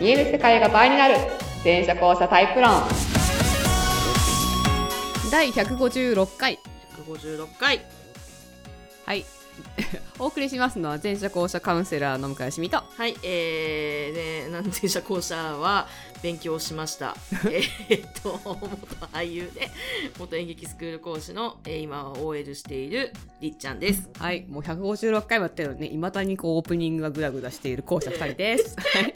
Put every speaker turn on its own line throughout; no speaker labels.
見える世界が倍になる全社交差タイプ論第156回
156回
はい お送りしますのは全社交差カウンセラーの向井しみと
はいえー、でなんて社校舎は勉強しました えーっと元俳優で元演劇スクール講師の、えー、今は OL しているりっちゃんです
はいもう156回もやってるのでいまだにこうオープニングがグダグダしている校舎2人ですはい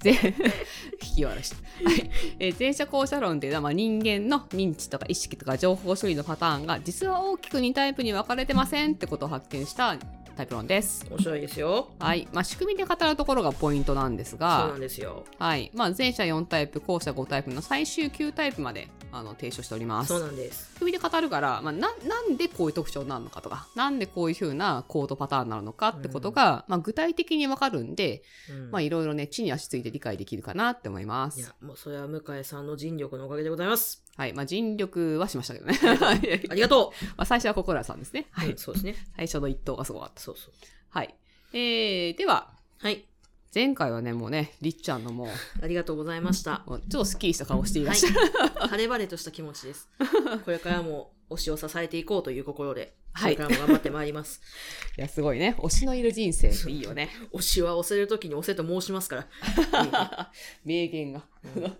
全 引き笑いした、はいえー、前者後者論というのは、まあ、人間の認知とか意識とか情報処理のパターンが実は大きく2タイプに分かれてませんってことを発見したタイプ論です
面白いですよ
はいまあ、仕組みで語るところがポイントなんです
そう
が
なんですよ
はいまあ、前者4タイプ後者5タイプの最終9タイプまであの提唱しております
そうなんです
組で語るから、まあ、ななんでこういう特徴なのかとかなんでこういうふうな行動パターンなのかってことが、まあ、具体的にわかるんで、
うん
まあ、いろいろね地に足ついて理解できるかなって思いま
い
す
や。もうそれは向井さんの尽力のおかげでございます
はいまあ、尽力はしましたけどね。はい
ありがとう、
まあ、最初は心屋さんですね。は
う
い
ん、そうですね
最初の一投がすごかった。
そうそう
はいえー、では
はい
前回はねもうねりっちゃんのも
ありがとうございました
うもうちょっとすっきりした顔をしてい らっしゃる。
はい、晴れ晴れとした気持ちです。これからも推しを支えていこうという心で、
はい
これからも頑張ってまいります。
いやすごいね推しのいる人生っていいよね。
推しは推せるときに推せと申しますから。
名言が。
うん
は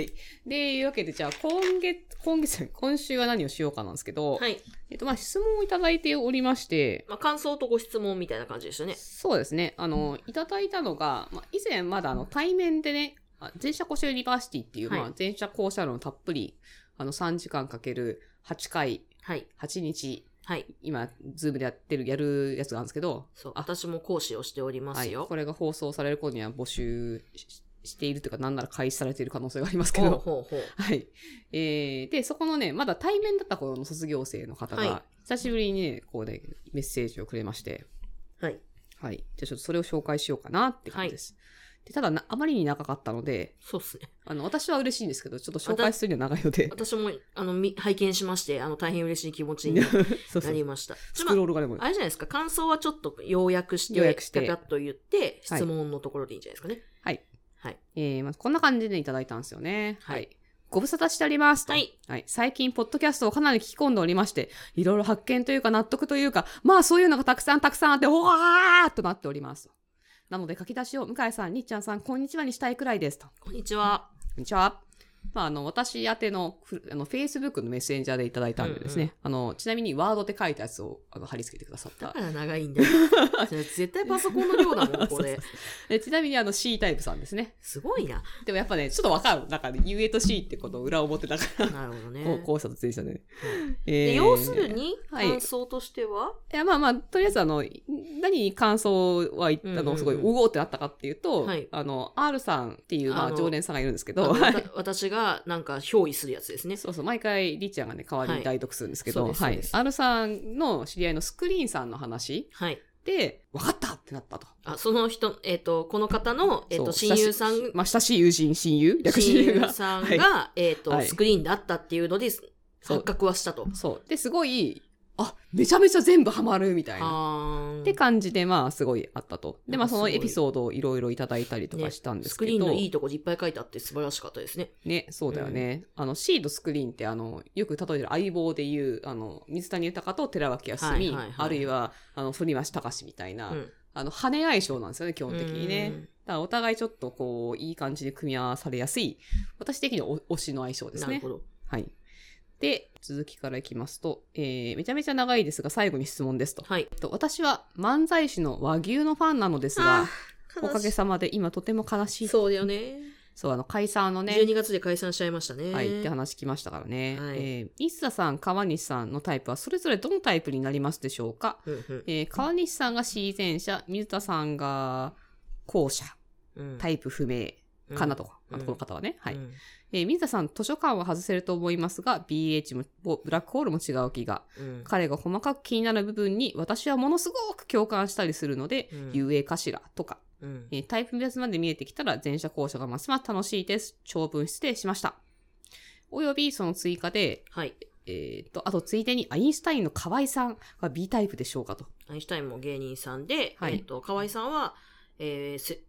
い。で、いうわけで、じゃあ、今月、今月じゃない、今週は何をしようかなんですけど、
はい。
えっと、まあ、質問をいただいておりまして、
まあ、感想とご質問みたいな感じでしたね。
そうですね、あの、いただいたのが、まあ、以前まだ、あの、対面でね、あ前者講師ユニバーシティっていう、
はい
まあ、前者講者論をたっぷり、あの、3時間かける8回、
はい。
8日、
はい。
今、ズームでやってる、やるやつがあるんですけど、
そう。
あ
私も講師をしておりま
は
す
い。
よ。
これが放送される頃には募集ししているというか、なんなら開始されている可能性がありますけ
ほう
ど、
ほうほう。
はい。えーで、そこのね、まだ対面だった頃の卒業生の方が、
は
久しぶりにね、こうね、メッセージをくれまして、
はい。
はい。じゃあちょっとそれを紹介しようかなって感じです。でただな、あまりに長かったので、
そうですね。
あの、私は嬉しいんですけど、ちょっと紹介するには長いので、
私も、あの、み拝見しまして、あの、大変嬉しい気持ちにな
そうそう
り。ました。
ス
ま
クロールがね、もう
ああれじゃないですか、感想はちょっと要約して、
要約して
ペタッと言って、
はい
質問のところでいいんじゃないですかね。
はい。
はい。
えーまずこんな感じでいただいたんですよね。
はい
ご無沙汰しておりますと。
はい
最近、ポッドキャストをかなり聞き込んでおりまして、いろいろ発見というか納得というか、まあそういうのがたくさんたくさんあって、おわーっとなっております。なので書き出しを向井さん、りっちゃんさん、こんにちはにしたいくらいですと。こ
こんにちは。
んにちは。まあ、あの、私宛てのふ、あの、Facebook のメッセンジャーでいただいたんでですね、あの、ちなみにワードで書いたやつを、あの、貼り付けてくださっ
だ
た
か。ら 長いんだよ。それ絶対パソコンの量だもん、これ。
えちなみに、あの、C タイプさんですね。
すごいな。
でもやっぱね、ちょっとわかる。なんかね、UA と C ってことを裏表だから。
なるほど
こ
ね
う、。こうしたと前者でね。え
で
ー
要するに、
はい
感想としては、
いや、まあまあ、とりあえず、あの、い何に感想は言った
うんうんう
の、
ん
すごい、うおーってなったかっていうと、
はい
あの、R さんっていう、ま
あ
あ、
の
常連さんがいるんですけ
あ
ど、
の
はい
わた私がなんか憑依するやつですね。
そうそう、毎回、りーちゃんがね、代わりに代読するんですけど、
はいそう
は
ですそ
い
う
R
で。す
さんの知り合いのスクリーンさんの話
はい。
で、わかったってなったと。
あ、その人、えっ、と、この方の、えっ、と、
そう
親友さん
親し、まあ、親しい友人、親友略し
親
て
友さんが、
はい
えっ、と、
はい
スクリーンだったっていうので、
そう
発覚はしたと。
そう。で、すごい、あ、めちゃめちゃ全部ハマるみたいな。
あ
って
ー
感じで、まあ、すごいあったと。で、まあ、その
なんかす
エ
ごい
ピソードをいろいろいただいたりとか
ね
したんです
スク
け
リーン
ど、
のいいとこいっぱい書いてあって素晴らしかったですね。
ね、そうだよね。あの、シードスクリーンって、あの、よく例えてる相棒でいう、あの、水谷豊と寺脇康
はい
美、
はいはい
あるいは、あの、古橋隆みたいな、
うん。
あの、跳ね相性なんですよね、基本的にね。
うん
だから、お互いちょっと、こう、いい感じで組み合わされやすい、私的にはお推しの相性です
なる
ね
ほ。ど。
はい。で、続きからいきますと、えー、めちゃめちゃ長いですが、最後に質問ですと。
はい。
えっと私は漫才師の和牛のファンなのです
あ
が、
ー
おかげさまで今とても悲し
悲しい
い。そう、
そうだよね。
あの、解散のね、
12月で解散しちゃいましたね。
はい、って話きましたからね。
はい
えー、西田さん、川西さんのタイプはそれぞれどのタイプになりますでしょうか
うんうん
えー、川西さんが C 前者、水田さんが後者、
うん
タイプ不明かなと。
うん
あとこの方はね。はい。
うん
えー、水田さん、図書館は外せると思いますが、BH も、ぼブラックホールも違う気が。
うん
彼が細かく気になる部分に私はものすごく共感したりするので、
うん
有英かしらとか、
うん
えータイプ別まで見えてきたら前者後者がますます楽しいです。長文失礼しました。およびその追加で、
はい。
えーと、あとついでにアインシュタインの河合さんは B タイプでしょうかと。
アインシュタインも芸人さんで、
はい
えっと、河合さんは、えーせ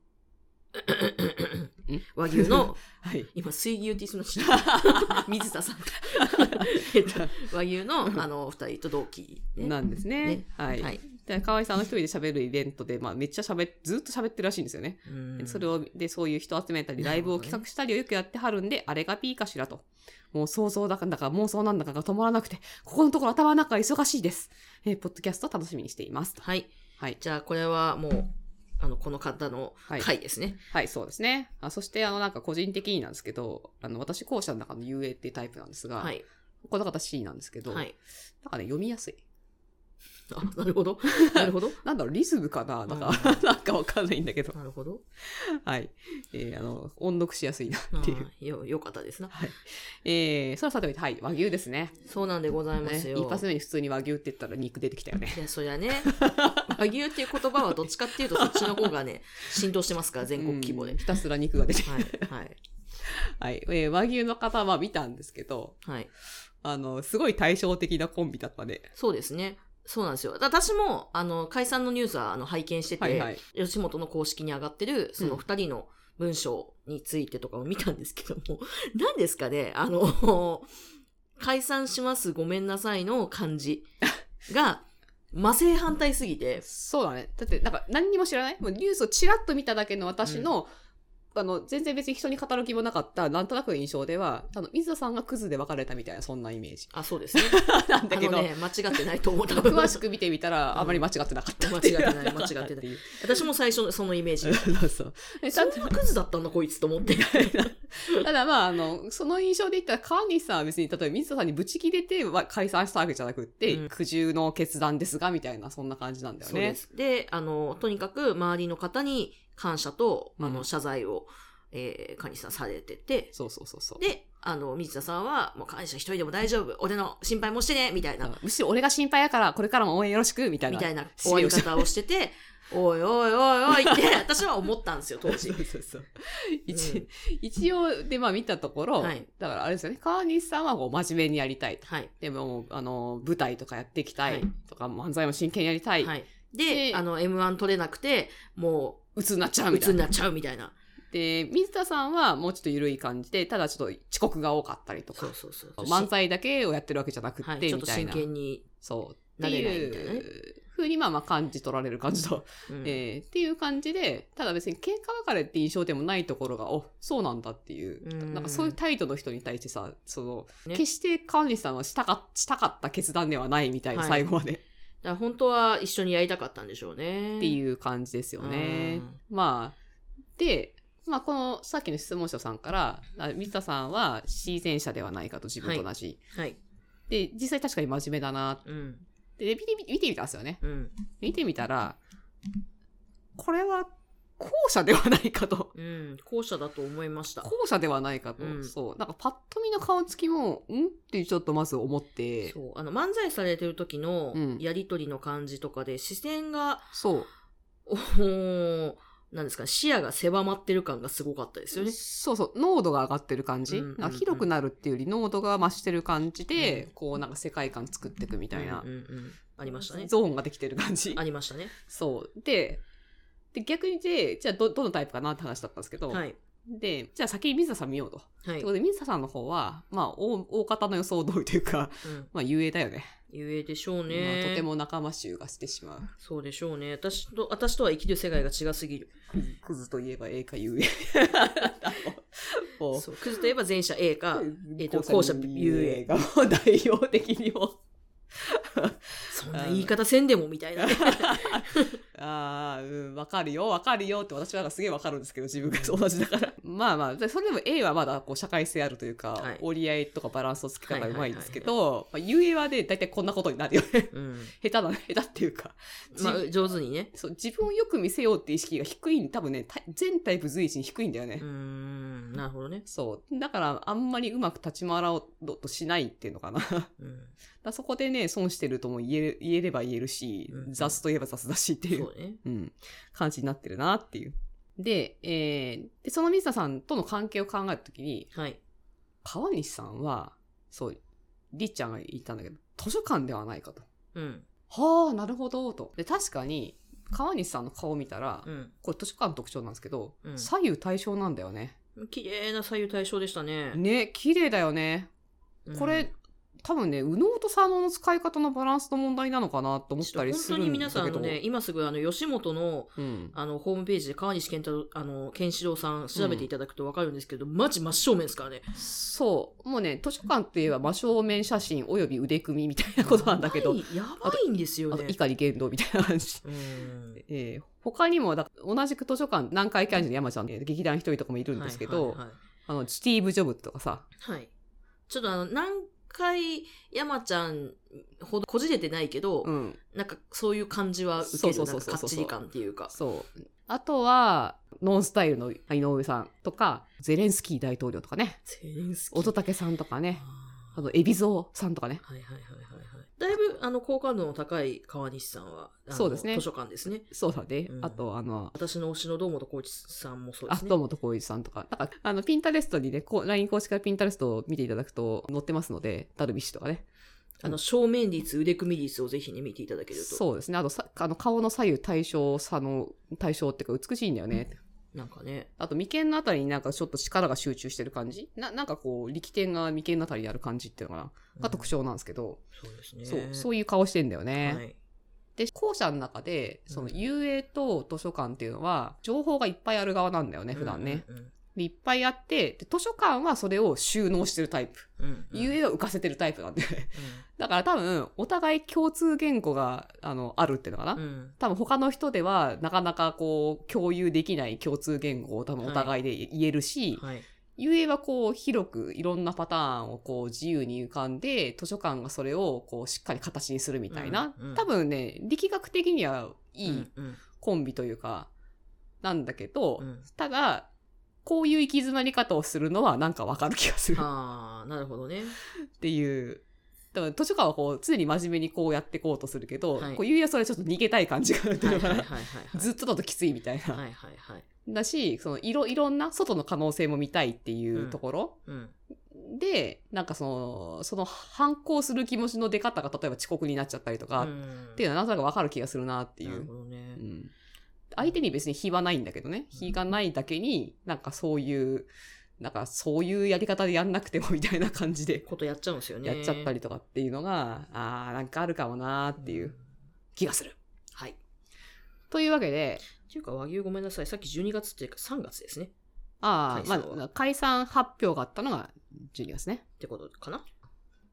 和牛の、
はい、
今、水牛って言いそうになっちゃった 水田さんと。 えっと、和牛の、あの、お二人と同期、ね。
なんですね。
ね
はい。
はい。
で河合さんの一人で喋るイベントで、まあ、めっちゃ喋っずっと喋ってるらしいんですよね。
うん
それをでそういう人集めたりライブを企画したりをよくやってはるんで、あれがピーかしらともう想像だかんだか妄想なんだかが止まらなくてここのところ頭の中が忙しいです、えーポッドキャスト楽しみにしていますと
はい。
はい
じゃあ、これはもう、あの、この方の
はい
回ですね。
はいそうですねあそしてあのなんか個人的になんですけどあの私後者の中の UA っていうタイプなんですが、
はい。
この方 C なんですけど、
はい。
なんかね読みやすい
あ、なる ほど。なるほど。
なんだろうリズムかななんか、 なんかわかんないんだけど
なるほど。
はい、えーあの音読しやすいなっていう
あーよ、よかったですな。
えー、それはさておいてはい和牛ですね
そうなんでございます
ね
よ。
一発目に普通に和牛って言ったら肉出てきたよね
いや、そりゃね、和牛っていう言葉はどっちかっていうと、そっちの方がね、浸透してま すから、全国規模で。
うんひたすら肉が出て、
はい、はい、
はいえー和牛の方は見たんですけど
はい。
あのすごい対照的なコンビだったね
そうですね。そうなんですよ。だ私も、あの、解散のニュースは、あの、拝見してて、
はいはい
吉本の公式に上がってる、その二人の文章についてとかを見たんですけども、 何ですかね、あの、解散します、ごめんなさいの感じが、魔性反対すぎて、
そうだねだってなんか何にも知らないもうニュースをちらっと見ただけの私の、あの全然別に人に語る気もなかったなんとなくの印象ではあの水田さんがクズで別れたみたいなそんなイメ ージ
あ、そうですね。
なん だけど、
あのね、間違ってないと思う。多分
詳しく見てみたらあまり間違ってなかったってう、
間違ってない間違ってな
いう
私も最初、そのイメージ。
そうそうえち
そ
ゃ
ん
ん
な
と
クズだったんだ、こいつと思って。
ただまあ、あの、その印象で言ったら、川西さんは別に、例えば水田さんにブチ切れてわ解散したわけじゃなくって、
うん
苦渋の決断ですが、みたいな、そんな感じなんだよ
そうで
ね。
す。で、あの、とにかく周りの方に感謝と、あ
う
の、
ん
謝罪を、えー、カニさんされてて、
そうそうそうそう。
で、あの、水田さんは、もう感謝一人でも大丈夫、俺の心配もしてね、みたいな、
むしろ俺が心配やから、これからも応援よろしく、みたいな。
みたいな終
指令を
わり
して
方をし てて、おいおいおいおいって、私は思ったんですよ、当
そ。
時
うそうそう
う
一
ん
一応、で、まあ見たところ、
はい
だからあれですよね、川西さんはこう真面目にやりたいと。
はい。
でも、あの、舞台とかやっていきたい
はい
とか、漫才も真剣にやりたい。
はい。
で
で、あの、M1 取れなくて、も
鬱になっちゃう
う、
みた
鬱
い
に
な。
なっちゃうみたいな。
で、水田さんはもうちょっと緩い感じで、ただちょっと遅刻が多かったりと
そ
か
う。そうそう。
漫才だけをやってるわけじゃなくって、
はい、ちょ
み
っと
たい
真
な。
剣に。
そう。っ
な
て
れないみたいなね
いう風に、まあまあ感じ取られる感じと、
うん
えーっていう感じで、ただ別に喧嘩別れって印象でもないところが、お、そうなんだっていうう、
ん
なんかそういう態度の人に対してさ、その、
ね
決して川西さんはしたか、したかった決断ではないみたいな、
はい
最後まで。
だから本当は一緒にやりたかったんでしょうね。
っていう感じですよね。まあ、で、まあ、このさっきの質問者さんから、あ水田さんは自然者ではないかと自分と同じ。
うん。はい。
で、実際確かに真面目だな
うん。
で、見てみ見てみたんですよね。
うん。
見てみたら、これは後者ではないかと。
うん。後者だと思いました。
後者ではないかと。
うん
そう。なんかパッと見の顔つきも、んってちょっとまず思って。そ。
そうう。あの、漫才されてる時の
うん
やりとりの感じとかで、視線が、おーなんですか、視野が狭まってる感がすごかったですよね。
そうそう濃度が上がってる感じ、
うんうんうん
なんか広くなるっていうより濃度が増してる感じで、
うん
こうなんか世界観作っていくみたいな、
うんうんうん。ありましたね。
ゾーンができてる感じ
ありましたね。
そうでで逆にでじゃあどどのタイプかなって話だったんですけど、
はい。
でじゃあ先に水田さん見ようと
は
とい
い。
うことで、水田さんの方は、まあ、大大方の予想通りというか、
うん
まあ、遊泳だよね。
ゆえでしょう
ま
ね。
あとて。も仲間衆がしてしまう。
そうでしょうね。私と、私とは生きる世界が違すぎる。
クズクズといえば A か遊泳。 もう
そう。クズといえば前者 A か、えっと
後者
後者
遊泳がもう代表的にもう。
そんな言い方せんでもみたいなね。
ああ、うん、わかるよ、わかるよって私はなんかすげえわかるんですけど、自分が同じだから。まあまあ、でそれでも A はまだこう社会性あるというか、
はい
折り合いとかバランスをつけ方がうまいんですけど、まあ、遊泳はね、大体こんなことになるよね。
うん。
下手だね、下手っていうか。
まあ、上手にね。
そう自分をよく見せようって意識が低いん多分ねた全タイプ随一に低いんだよね、
うーん、なるほどね。
そうだからあんまりうまく立ち回ろうとしないっていうのかな だか
うん、
らそこでね損してるとも言える言えれば言えるし、
うん
雑といえば雑だしっていう
そうね。
うん、感じになってるなっていうで,、えーでその水田さんとの関係を考えるときに
はい。
川西さんはそうりっちゃんが言ったんだけど図書館ではないかと
うん。
はあなるほどとで確かに川西さんの顔見たら、
うん。
これ図書館の特徴なんですけど、
うん
左右対称なんだよね。
綺麗な左右対称でしたね。
ね、綺麗だよね。
うん
これ、多分ね、右脳と左脳の使い方のバランスの問題なのかなと思っ
ちょ
た
っと
り
本
す
当
る
に
んだ
皆
けど。
さんあのね、今すぐあの吉本の
うん。
あのホームページで川西健太郎あの健志郎さん調べていただくと分かるんですけど、マジ真正面ですからね。
そう。もうね、図書館っていえば真正面写真および腕組みみたいな ことなんだけど、
やばいやばいんですよ
あと
ね。
碇言動みたいな話。
うん
えー他にもだ同じく図書館南海キャンディーの山ちゃん、えー劇団一人とかもいるんですけど、
はいはい
あのスティーブ・ジョブズとかさ
はいはいちょっとあの何回山ちゃんほどこじれてないけど、
うん
なんかそういう感じは受け
そ
る
う
な
そ
ん
うそうそうそう
かかっちり感っていうか。
そうあとはノンスタイルの井上さんとかゼレンスキー大統領とかね
ゼレンスキー
乙武さんとかね
あ
あ
ー
と海老蔵さんとかね
はいはいはいはいはい。だいぶあの好感度の高い川西さんはあの
そうですね
図書館ですね。
そうだね、
うん
あとあの
私の推しの堂本光一さんもそうで
あ
すね。
堂本光一さんとかなんかあのピンタレストにねこう LINE 公式からピンタレストを見ていただくと載ってますのでダルビッシュとかね
あの正面率、腕組み率をぜひね、見ていただけると。
そうですねあとさあの顔の左右対称さの対称っていうか美しいんだよね、
なんかね。
あと、眉間のあたりになんかちょっと力が集中してる感じな、なんかこう、力点が眉間のあたりにある感じっていうのかなが特徴なんですけど、
うん。そうですね。
そう、そうういう顔してんだよね。
はい。
で、校舎の中で、その
うん
遊泳と図書館っていうのは、情報がいっぱいある側なんだよね、普段ね。
うんうん
でいっぱいあって、で、図書館はそれを収納してるタイプ。
うん。うんうん
遊泳は浮かせてるタイプなんで。
う
だから多分、お互い共通言語が、あの、あるっていうのかな。
んうん。
多分他の人ではなかなかこう共有できない共通言語を多分お互いで言えるし、
はい。
ゆえはこう広くいろんなパターンをこう自由に浮かんで図書館がそれをこうしっかり形にするみたいな、
うんうん
多分ね力学的にはいい
うん
コンビというかなんだけど、
うん。うん。
ただこういう行き詰まり方をするのはなんかわかる気がするっ
ああ、なるほ どね。
ていう。だから図書館はこう常に真面目にこうやっていこうとするけど、
はい
こうゆうやそれちょっと逃げたい感じがあるってい
は
う
い
の
はい
か
はい
な
はいはい。
ずっとだときついみたいな。
はいはいはい。
だし、そのいろいろんな外の可能性も見たいっていうところ、
うん。
で、なんかその、その反抗する気持ちの出方が例えば遅刻になっちゃったりとか、
う
っ
ん
ていうのはなんとなくわかる気がするなってい
なる
う
ほ。どね
う。ん相手に別に非はないんだけどね。非がないだけに、なんかそういう、なんかそういうやり方でやんなくてもみたいな感じで
ことやっちゃうんですよね。
やっちゃった
り
りとかっていうのが、あーなんかあるかもなーっていう。気がする。
はい。っ
というわけで、
ていうか、和牛ごめんなさい。さっき12月っていうか3月ですね。
ああ、
解
ま
散は
あ、解散発表があったのが12月ね。
ってことかな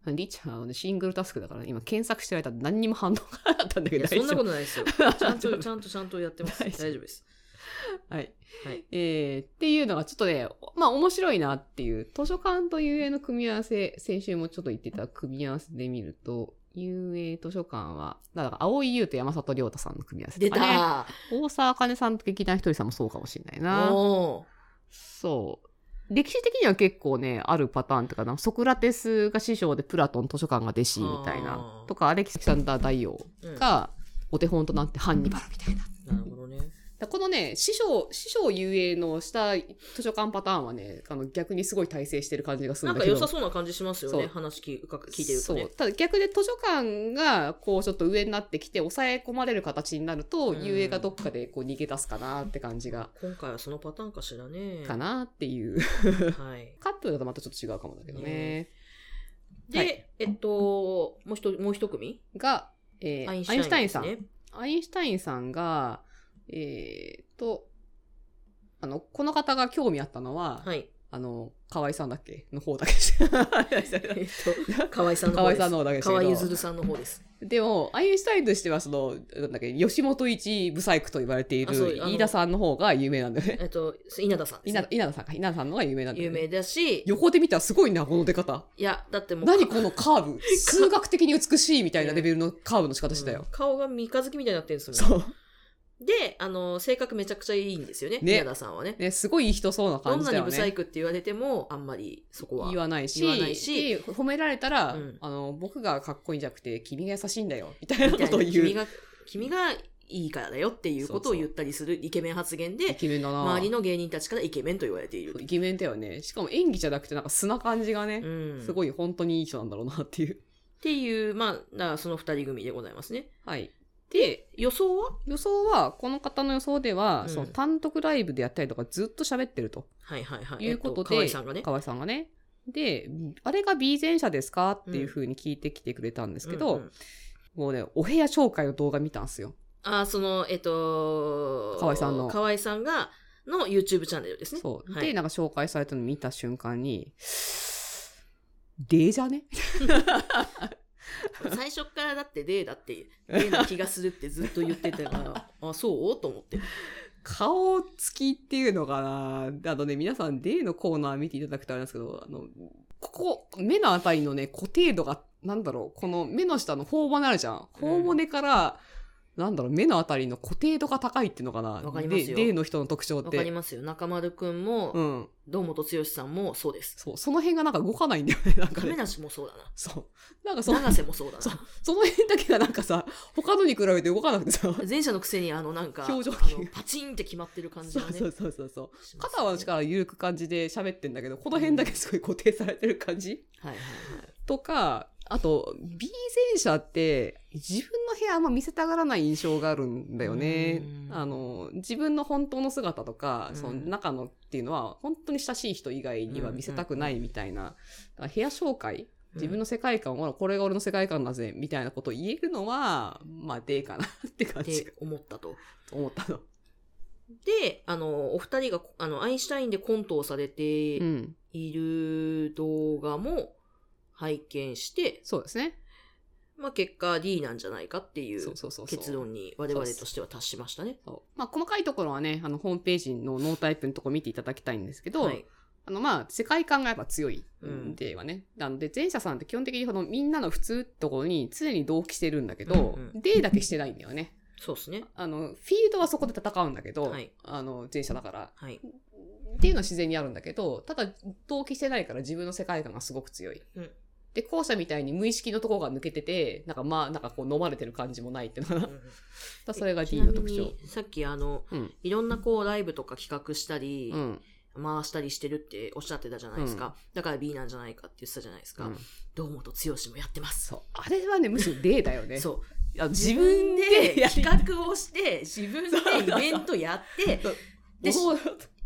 リッチャーはね、シングルタスクだから、今検索してる間何にも反応がなかったんだけ
い
ど、
や、
大
そん
丈
な
夫
ことないで すよ。ちゃんと、ちゃんと、ちゃんとやってます。
大
大
丈夫
丈夫です。
はい。
はい
えーっていうのがちょっとね、まあ面白いなっていう、図書館と遊泳の組み合わせ、先週もちょっと言ってた組み合わせで見ると、遊泳図書館は、だから、青井優と山里亮太さんの組み合わせ
出
とか、ね。
た
大沢あかねさんと劇団ひとりさんもそうかもしれない
ー
な。
お
そう。歴史的には結構ね、あるパターンっていうかな、ソクラテスが師匠でプラトン図書館が弟子みたい
あ
な
ー、
とか、アレキサンダー大王
ーうん
がお手本となってハンニバルみたいな。
なるほどね。
だこのね、師匠、師匠遊泳のした図書館パターンはね、あの逆にすごい体制してる感じがす
な
る
ん
んだ
か
けど。
良さそうな感じしますよ
そ
ね。
う
話聞く聞いてると
そ
ね
う。。ただ逆で図書館がこうちょっと上になってきて抑え込まれる形になると、
うん
遊泳がどっかでこう逃げ出すかなって感じが、
今回はそのパターンかしらね。
かなっていう。
はい。
カップルだとまたちょっと違うかもだけどね。
で、
はい
えっと、もう一もう一組
が、えー
ア
ア
イ
イ
ン
ン
シ
シ
ュ
ュ
タ
タイ
イン
ン
です
さん。
ね。
アインシュタインさんが、えー、と、あの、この方が興味あったのは、
はい。
あの、河合さんだっけの方だけで した。
えっと、河合さんの
河合
方です。
さんの方だけでした
河合ゆず
けど。
るさんの方です。
でも、アインシュタインとしては、その、なんだっけ、吉本一ブサイクと言われてい
あそう
る
あの
飯田さんの方が有名なんだよね。
えっと、稲田さんです、
稲
ね
田。稲田さんか。稲田さんの方が有名なんだ
有
よね。
名だし、
横で見たらすごいな、この出方。
いや、だってもう、
何このカ ーブ。数学的に美しいみたいなレベルのカーブの仕方してた
うん
よ。
顔が三日月みたいになってるんですよ。
そう。
で、あの、性格めちゃくちゃいいんですよね、
ね
宮田さんはね。
ね、すごいいい人そうな
ど
感
ん
じ
な
だ
に
よ
ブサイ
ね。
クって言われても、あんまりそこは。
言わないし、
言わないし
で褒められたら、
うん
あの、僕がかっこいいんじゃなくて、君が優しいんだよ、みたいな
みた
こ
い
と
な
を言う。
君が、君がいいからだよっていうことを
そうそう
言ったりするイケメン発言で
イ、ケメンだな
周りの芸人たちからイケメンと言われている。
イケメンだよね。しかも演技じゃなくて、なんか素な感じがね、
うん、
す
い。
ごい 本当にいい人なんだろうなっていう。
っていう、まあ、だからその二人組でございますね。
はい。で
予想は
予想はこの方の予想では、
うん
その単独ライブでやったりとかずっと喋ってると
はいはいはい。
いうことで、
えっ河合さんがね。
河合さんがねであれが B 前者ですかっていうふうに聞いてきてくれたんですけど、
うんうん
もうねお部屋紹介の動画見たんですよ
あー、その、えっと、
河合さんの
河合さんが、の YouTube チャンネルですね。
そう、
はい
でなんか紹介されたの見た瞬間に「でじゃね?
最初からだってデーだって、デーな気がするってずっと言って たから、あ、そうと思って。」
顔つきっていうのかなあのね皆さん「で」のコーナー見ていただくとあれなんですけどあのここ目のあたりのね固定度がなんだろうこの目の下の頬骨あるじゃん頬骨から、なんだろう目のあたりの固定度が高いっていうのかな
わかりますよ
ででの人の特徴っ
わかり
て。
ますよ。中丸くんも、
うん、
堂本剛さんもそうです。
そうその辺がなんか動かないんだよねなんか
亀
ね
梨もそうだな。
そうなんかその
長瀬もそうだ
そう
な。
その辺だけがなんかさ他のに比べて動かなくてさ
前者のくせに、あの、なんか、
表情
あ
筋
のパチンって決まってる感じ
そ
が
う
ね。
そうそうそうそう
しますよね
肩は力緩く感じで喋ってんだけどこの辺だけすごい固定されてる感じ
はいはいはい。
とかあと B 前者って自分の部屋あんま見せたがらない印象があるんだよね
うん
あの自分の本当の姿とか
うん
その中のっていうのは本当に親しい人以外には見せたくないみたいなだから部屋紹介自分の世界観、ほら、これが俺の世界観だぜ、みたいなことを言えるのは、まあ、でかなって感
っ
じ
て思ったと。
と思ったの。
で、あの、お二人が、あの、アインシュタインでコントをされて
うん。
いる動画も拝見して、
そうですね。
まあ結果 D なんじゃないかってい
そううそうそうそう。
結論に我々としては達しましたね。
そうまあ、細かいところはね、あの、ホームページのノータイプのとこ見ていただきたいんですけど、
はい。
あの、まあ、世界観がやっぱ強いんではね。なので、前者さんって基本的にこのみんなの普通ってところに常に同期してるんだけど
うん、
で、だけしてないんだよね。
そうですね。
あの、フィールドはそこで戦うんだけど、
はい
あの、前者だから。
はい。
っていうのは自然にあるんだけど、ただ同期してないから自分の世界観がすごく強い。
うん
で、後者みたいに無意識のところが抜けてて、なんかまあ、なんかこう飲まれてる感じもないっていうのかな。だか
うん
らそれが D の特
ちな
徴
み。にさっきあの、
うん。
いろんなこうライブとか企画したり
う、ん。
回したりしてるっておっしゃってたじゃないですか。だから B なんじゃないかって言ってたじゃないですか。
うん
堂本剛もやってます。
そう。あれはね、むしろ例だよね。
そう。
あの
自
自分
分
で
で
やり
企画をして、自分でイベントやって、で
そう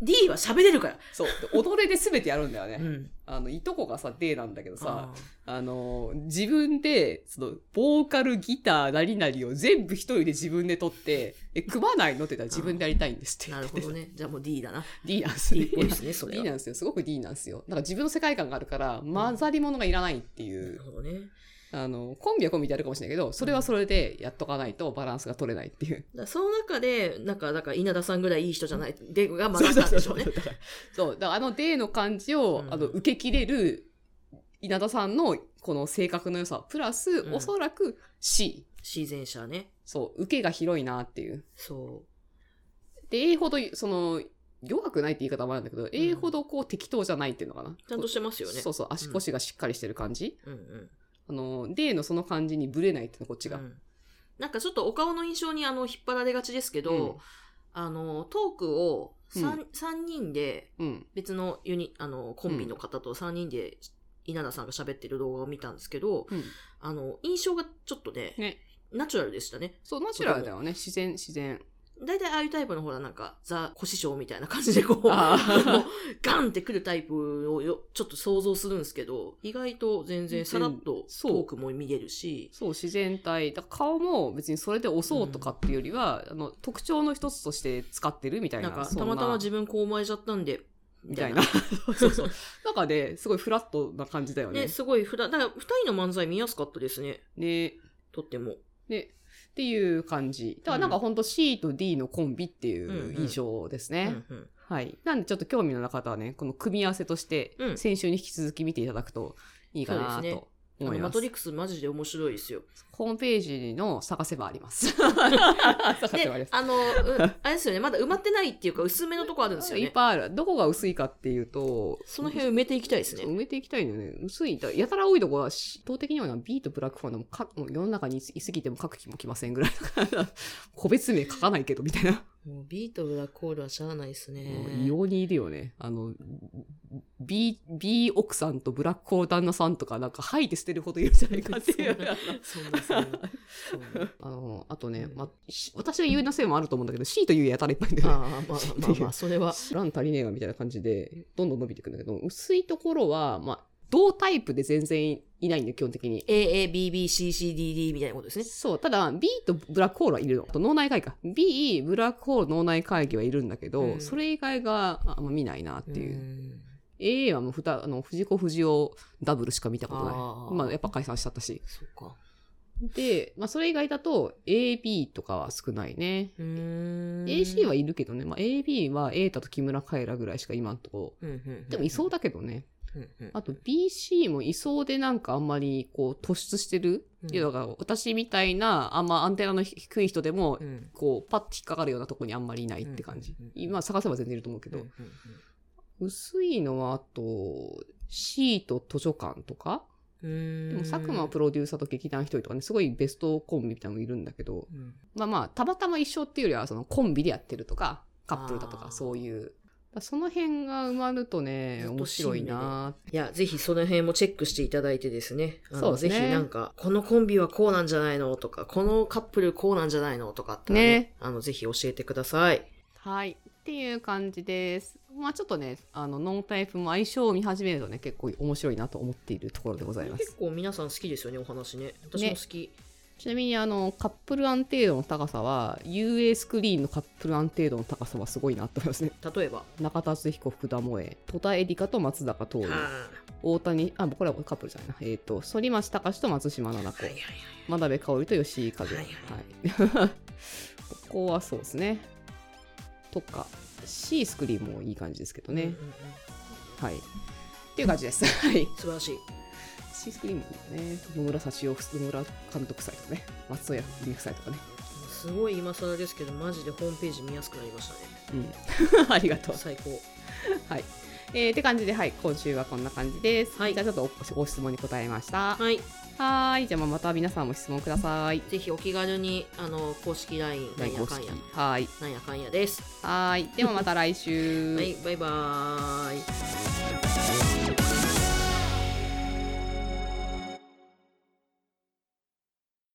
D は喋れるから。
そう。で踊れで全てやるんだよね。
ん。
あの、いとこがさ、例なんだけどさ、
あー
あの、自分で、その、ボーカル、ギター、何々を全部一人で自分で撮って、え、組まないのって言ったら自分でやりたいんですって。
なるほ どね。じゃあもう D だな。
D なんですね
D っぽいですね、それ
D
は。
なんですよ。すごく D なんですよ。だから自分の世界観があるから、混ざり物がいらないってい
なる
う、
ほどね。
あの、コンビはコンビであるかもしれないけど、それはそれでやっとかないとバランスが取れないっていう。
だからその中で、なんか、だから稲田さんぐらいいい人じゃない、で、が学んだんでしょうね。
だから そう、だからあの D の感じを、
うん
あの、受け切れる稲田さんのこの性格の良さ、プラス、
ん
おそらく C。
自然者ね。
そう、受けが広いなっていう。
そ
で、A ほど、その、弱くないって言い方もあるんだけど、A ほどこう適当じゃないっていうのかな。
う。ちゃんとしてますよね。
そうそう、足腰がしっかりしてる感じ、
うんうん。
あの、デーのその感じにブレないっていうのこっちが。
うんなんかちょっとお顔の印象にあの、引っ張られがちですけど、
うん
あの、トークを
う
三三人で、
うん。
別のユニ、あの、コンビの方と3人で、稲田さんが喋ってる動画を見たんですけど、
うん。
あの、印象がちょっとね、
ね
ナチュラルでしたね。
そう、ナチュラルだよね。自然、自然。
大体ああいうタイプのほら、なんか、ザ・コシショウみたいな感じでこう、
あー
あのガンってくるタイプをよちょっと想像するんですけど、意外と全然さらっとト
そう
ークも見れるし、
そう、自然体。だから顔も別にそれで押そうとかっていうよりは、あの、特徴の一つとして使ってるみたい
な
な。
んか、
そ
た
んな
またま自分こう巻いちゃったんで、み
み
た
た
い
い
な
な。。 そうそう。なんかね、すごいフラットな感じだよね
ね、。すごい普段、だから2人の漫才見やすかったですね、
ね。
とっても。
ね。っていう感じ。だからなんかほんと C と D のコンビって
うんう
い
ん
う印象ですね。
うんうん
はい。なんでちょっと興味のなかった方はね、この組み合わせとして
う、ん
先週に引き続き見ていただくといいか
そ
な
うですね
と
あの
思いま
マ
す。
トリックスマジで面白いですよ。
ホームページの探せばあり ます。 探せばあり
で
ま、す。
あの、うんあれですよね、まだ埋まってないっていうか、薄めのとこあるんですよ
いっ
ね。
ぱいある。どこが薄いかっていうと、
その辺埋めていきたいですね。
埋めていきたいのよね。薄い。だやたら多いとこは、し圧倒的にはな B とブラックファンでもかもう世の中にいすぎても書く気もきませんぐらい。 個別名書かないけど、みたいな。
もうビートブラコールはしゃあないですね
もう異様にいるよね。あの、 B, B 奥さんとブラックホール旦那さんとかなんか吐いて捨てるほどいるんじゃないかっていう。
そんなそんなそうね
あの、あとね
う、ん
ま、し私が言うなせいもあると思うんだけど、C と U やたらいっぱいいるんだよね。
ああまあまあまあそれは
ラン足りねえわみたいな感じで、どんどん伸びていくんだけど、薄いところは、まあ、同タイプで全然いないんだよ、基本的に。
AABBCCDD みたいなことですね
そう、ただ B とブラックホールはいるの。あと脳内会議か。B、ブラックホール脳内会議はいるんだけど、
うん
それ以外があんま見ないなっていう。
ん
A はもうふたあの藤子不二雄ダブルしか見たことない。
あー
まあやっぱ解散しちゃったし。
そうか
で、まあそれ以外だと AB とかは少ないね。
うーん
AC はいるけどね、まあ、AB は瑛太と木村カエラぐらいしか今んとこ。
うんうんうん
でもいそうだけどね。
うんうん
あと BC もいそうでなんかあんまりこう突出してる。
うん
っていうのが私みたいなあんまアンテナの低い人でも
うん
こう、パッと引っかかるようなとこにあんまりいないって感じ。
うんうんうん
今探せば全然いると思うけ
うん
ど。
うん
薄いのは、あと、シート図書館とか、
うん
でも佐久間プロデューサーと劇団一人とかね、すごいベストコンビみたいなのもいるんだけど、
うん
まあまあ、たまたま一緒っていうよりは、そのコンビでやってるとか、カップルだと
あー
か、そういう。だその辺が埋まるとね、
ずっと
面白いなーって
いや、ぜひその辺もチェックしていただいてですね。あの
そうですね
ぜひなんか、このコンビはこうなんじゃないのとか、このカップルこうなんじゃないのとかあったらね、
ね
あの、ぜひ教えてください。
はい。っていう感じです。まあちょっとね、あの、ノンタイプも相性を見始めるとね、結構面白いなと思っているところでございます
結。構皆さん好きですよね、お話ね。私も好き。
ちなみにあのカップル安定度の高さは UA スクリーンのカップル安定度の高さはすごいなと思いますね
例えば。
中田敦彦福田萌え戸田恵梨香と松坂桃李
は
大谷あこれはカップルじゃないなえっ、と反町隆史と松島菜々
あ
子
はいはいはい。
真鍋かおりと吉井風、
は
はいい ここはそうですねとか C スクリーンもいい感じですけどね、
うんうんうん
はいっていう感じです はい
素晴らしい。
C スクリーンもいいよね野村幸男野村監督祭とかね松任谷由実夫妻とかね
すごい今更ですけど、マジでホームページ見やすくなりましたね。
うん ありがとう
最高。
はい。えーって感じで、はい、今週はこんな感じです。
はい
じゃあちょっとおご質問に答えました。は
はい。
ーい。じゃあまた皆さんも質問ください。
ぜひお気軽に、あの、公式 LINE、なんやかんや、
はーい。
なんやかんやです。
はーい。ではまた来週。
はい、バイバーイ。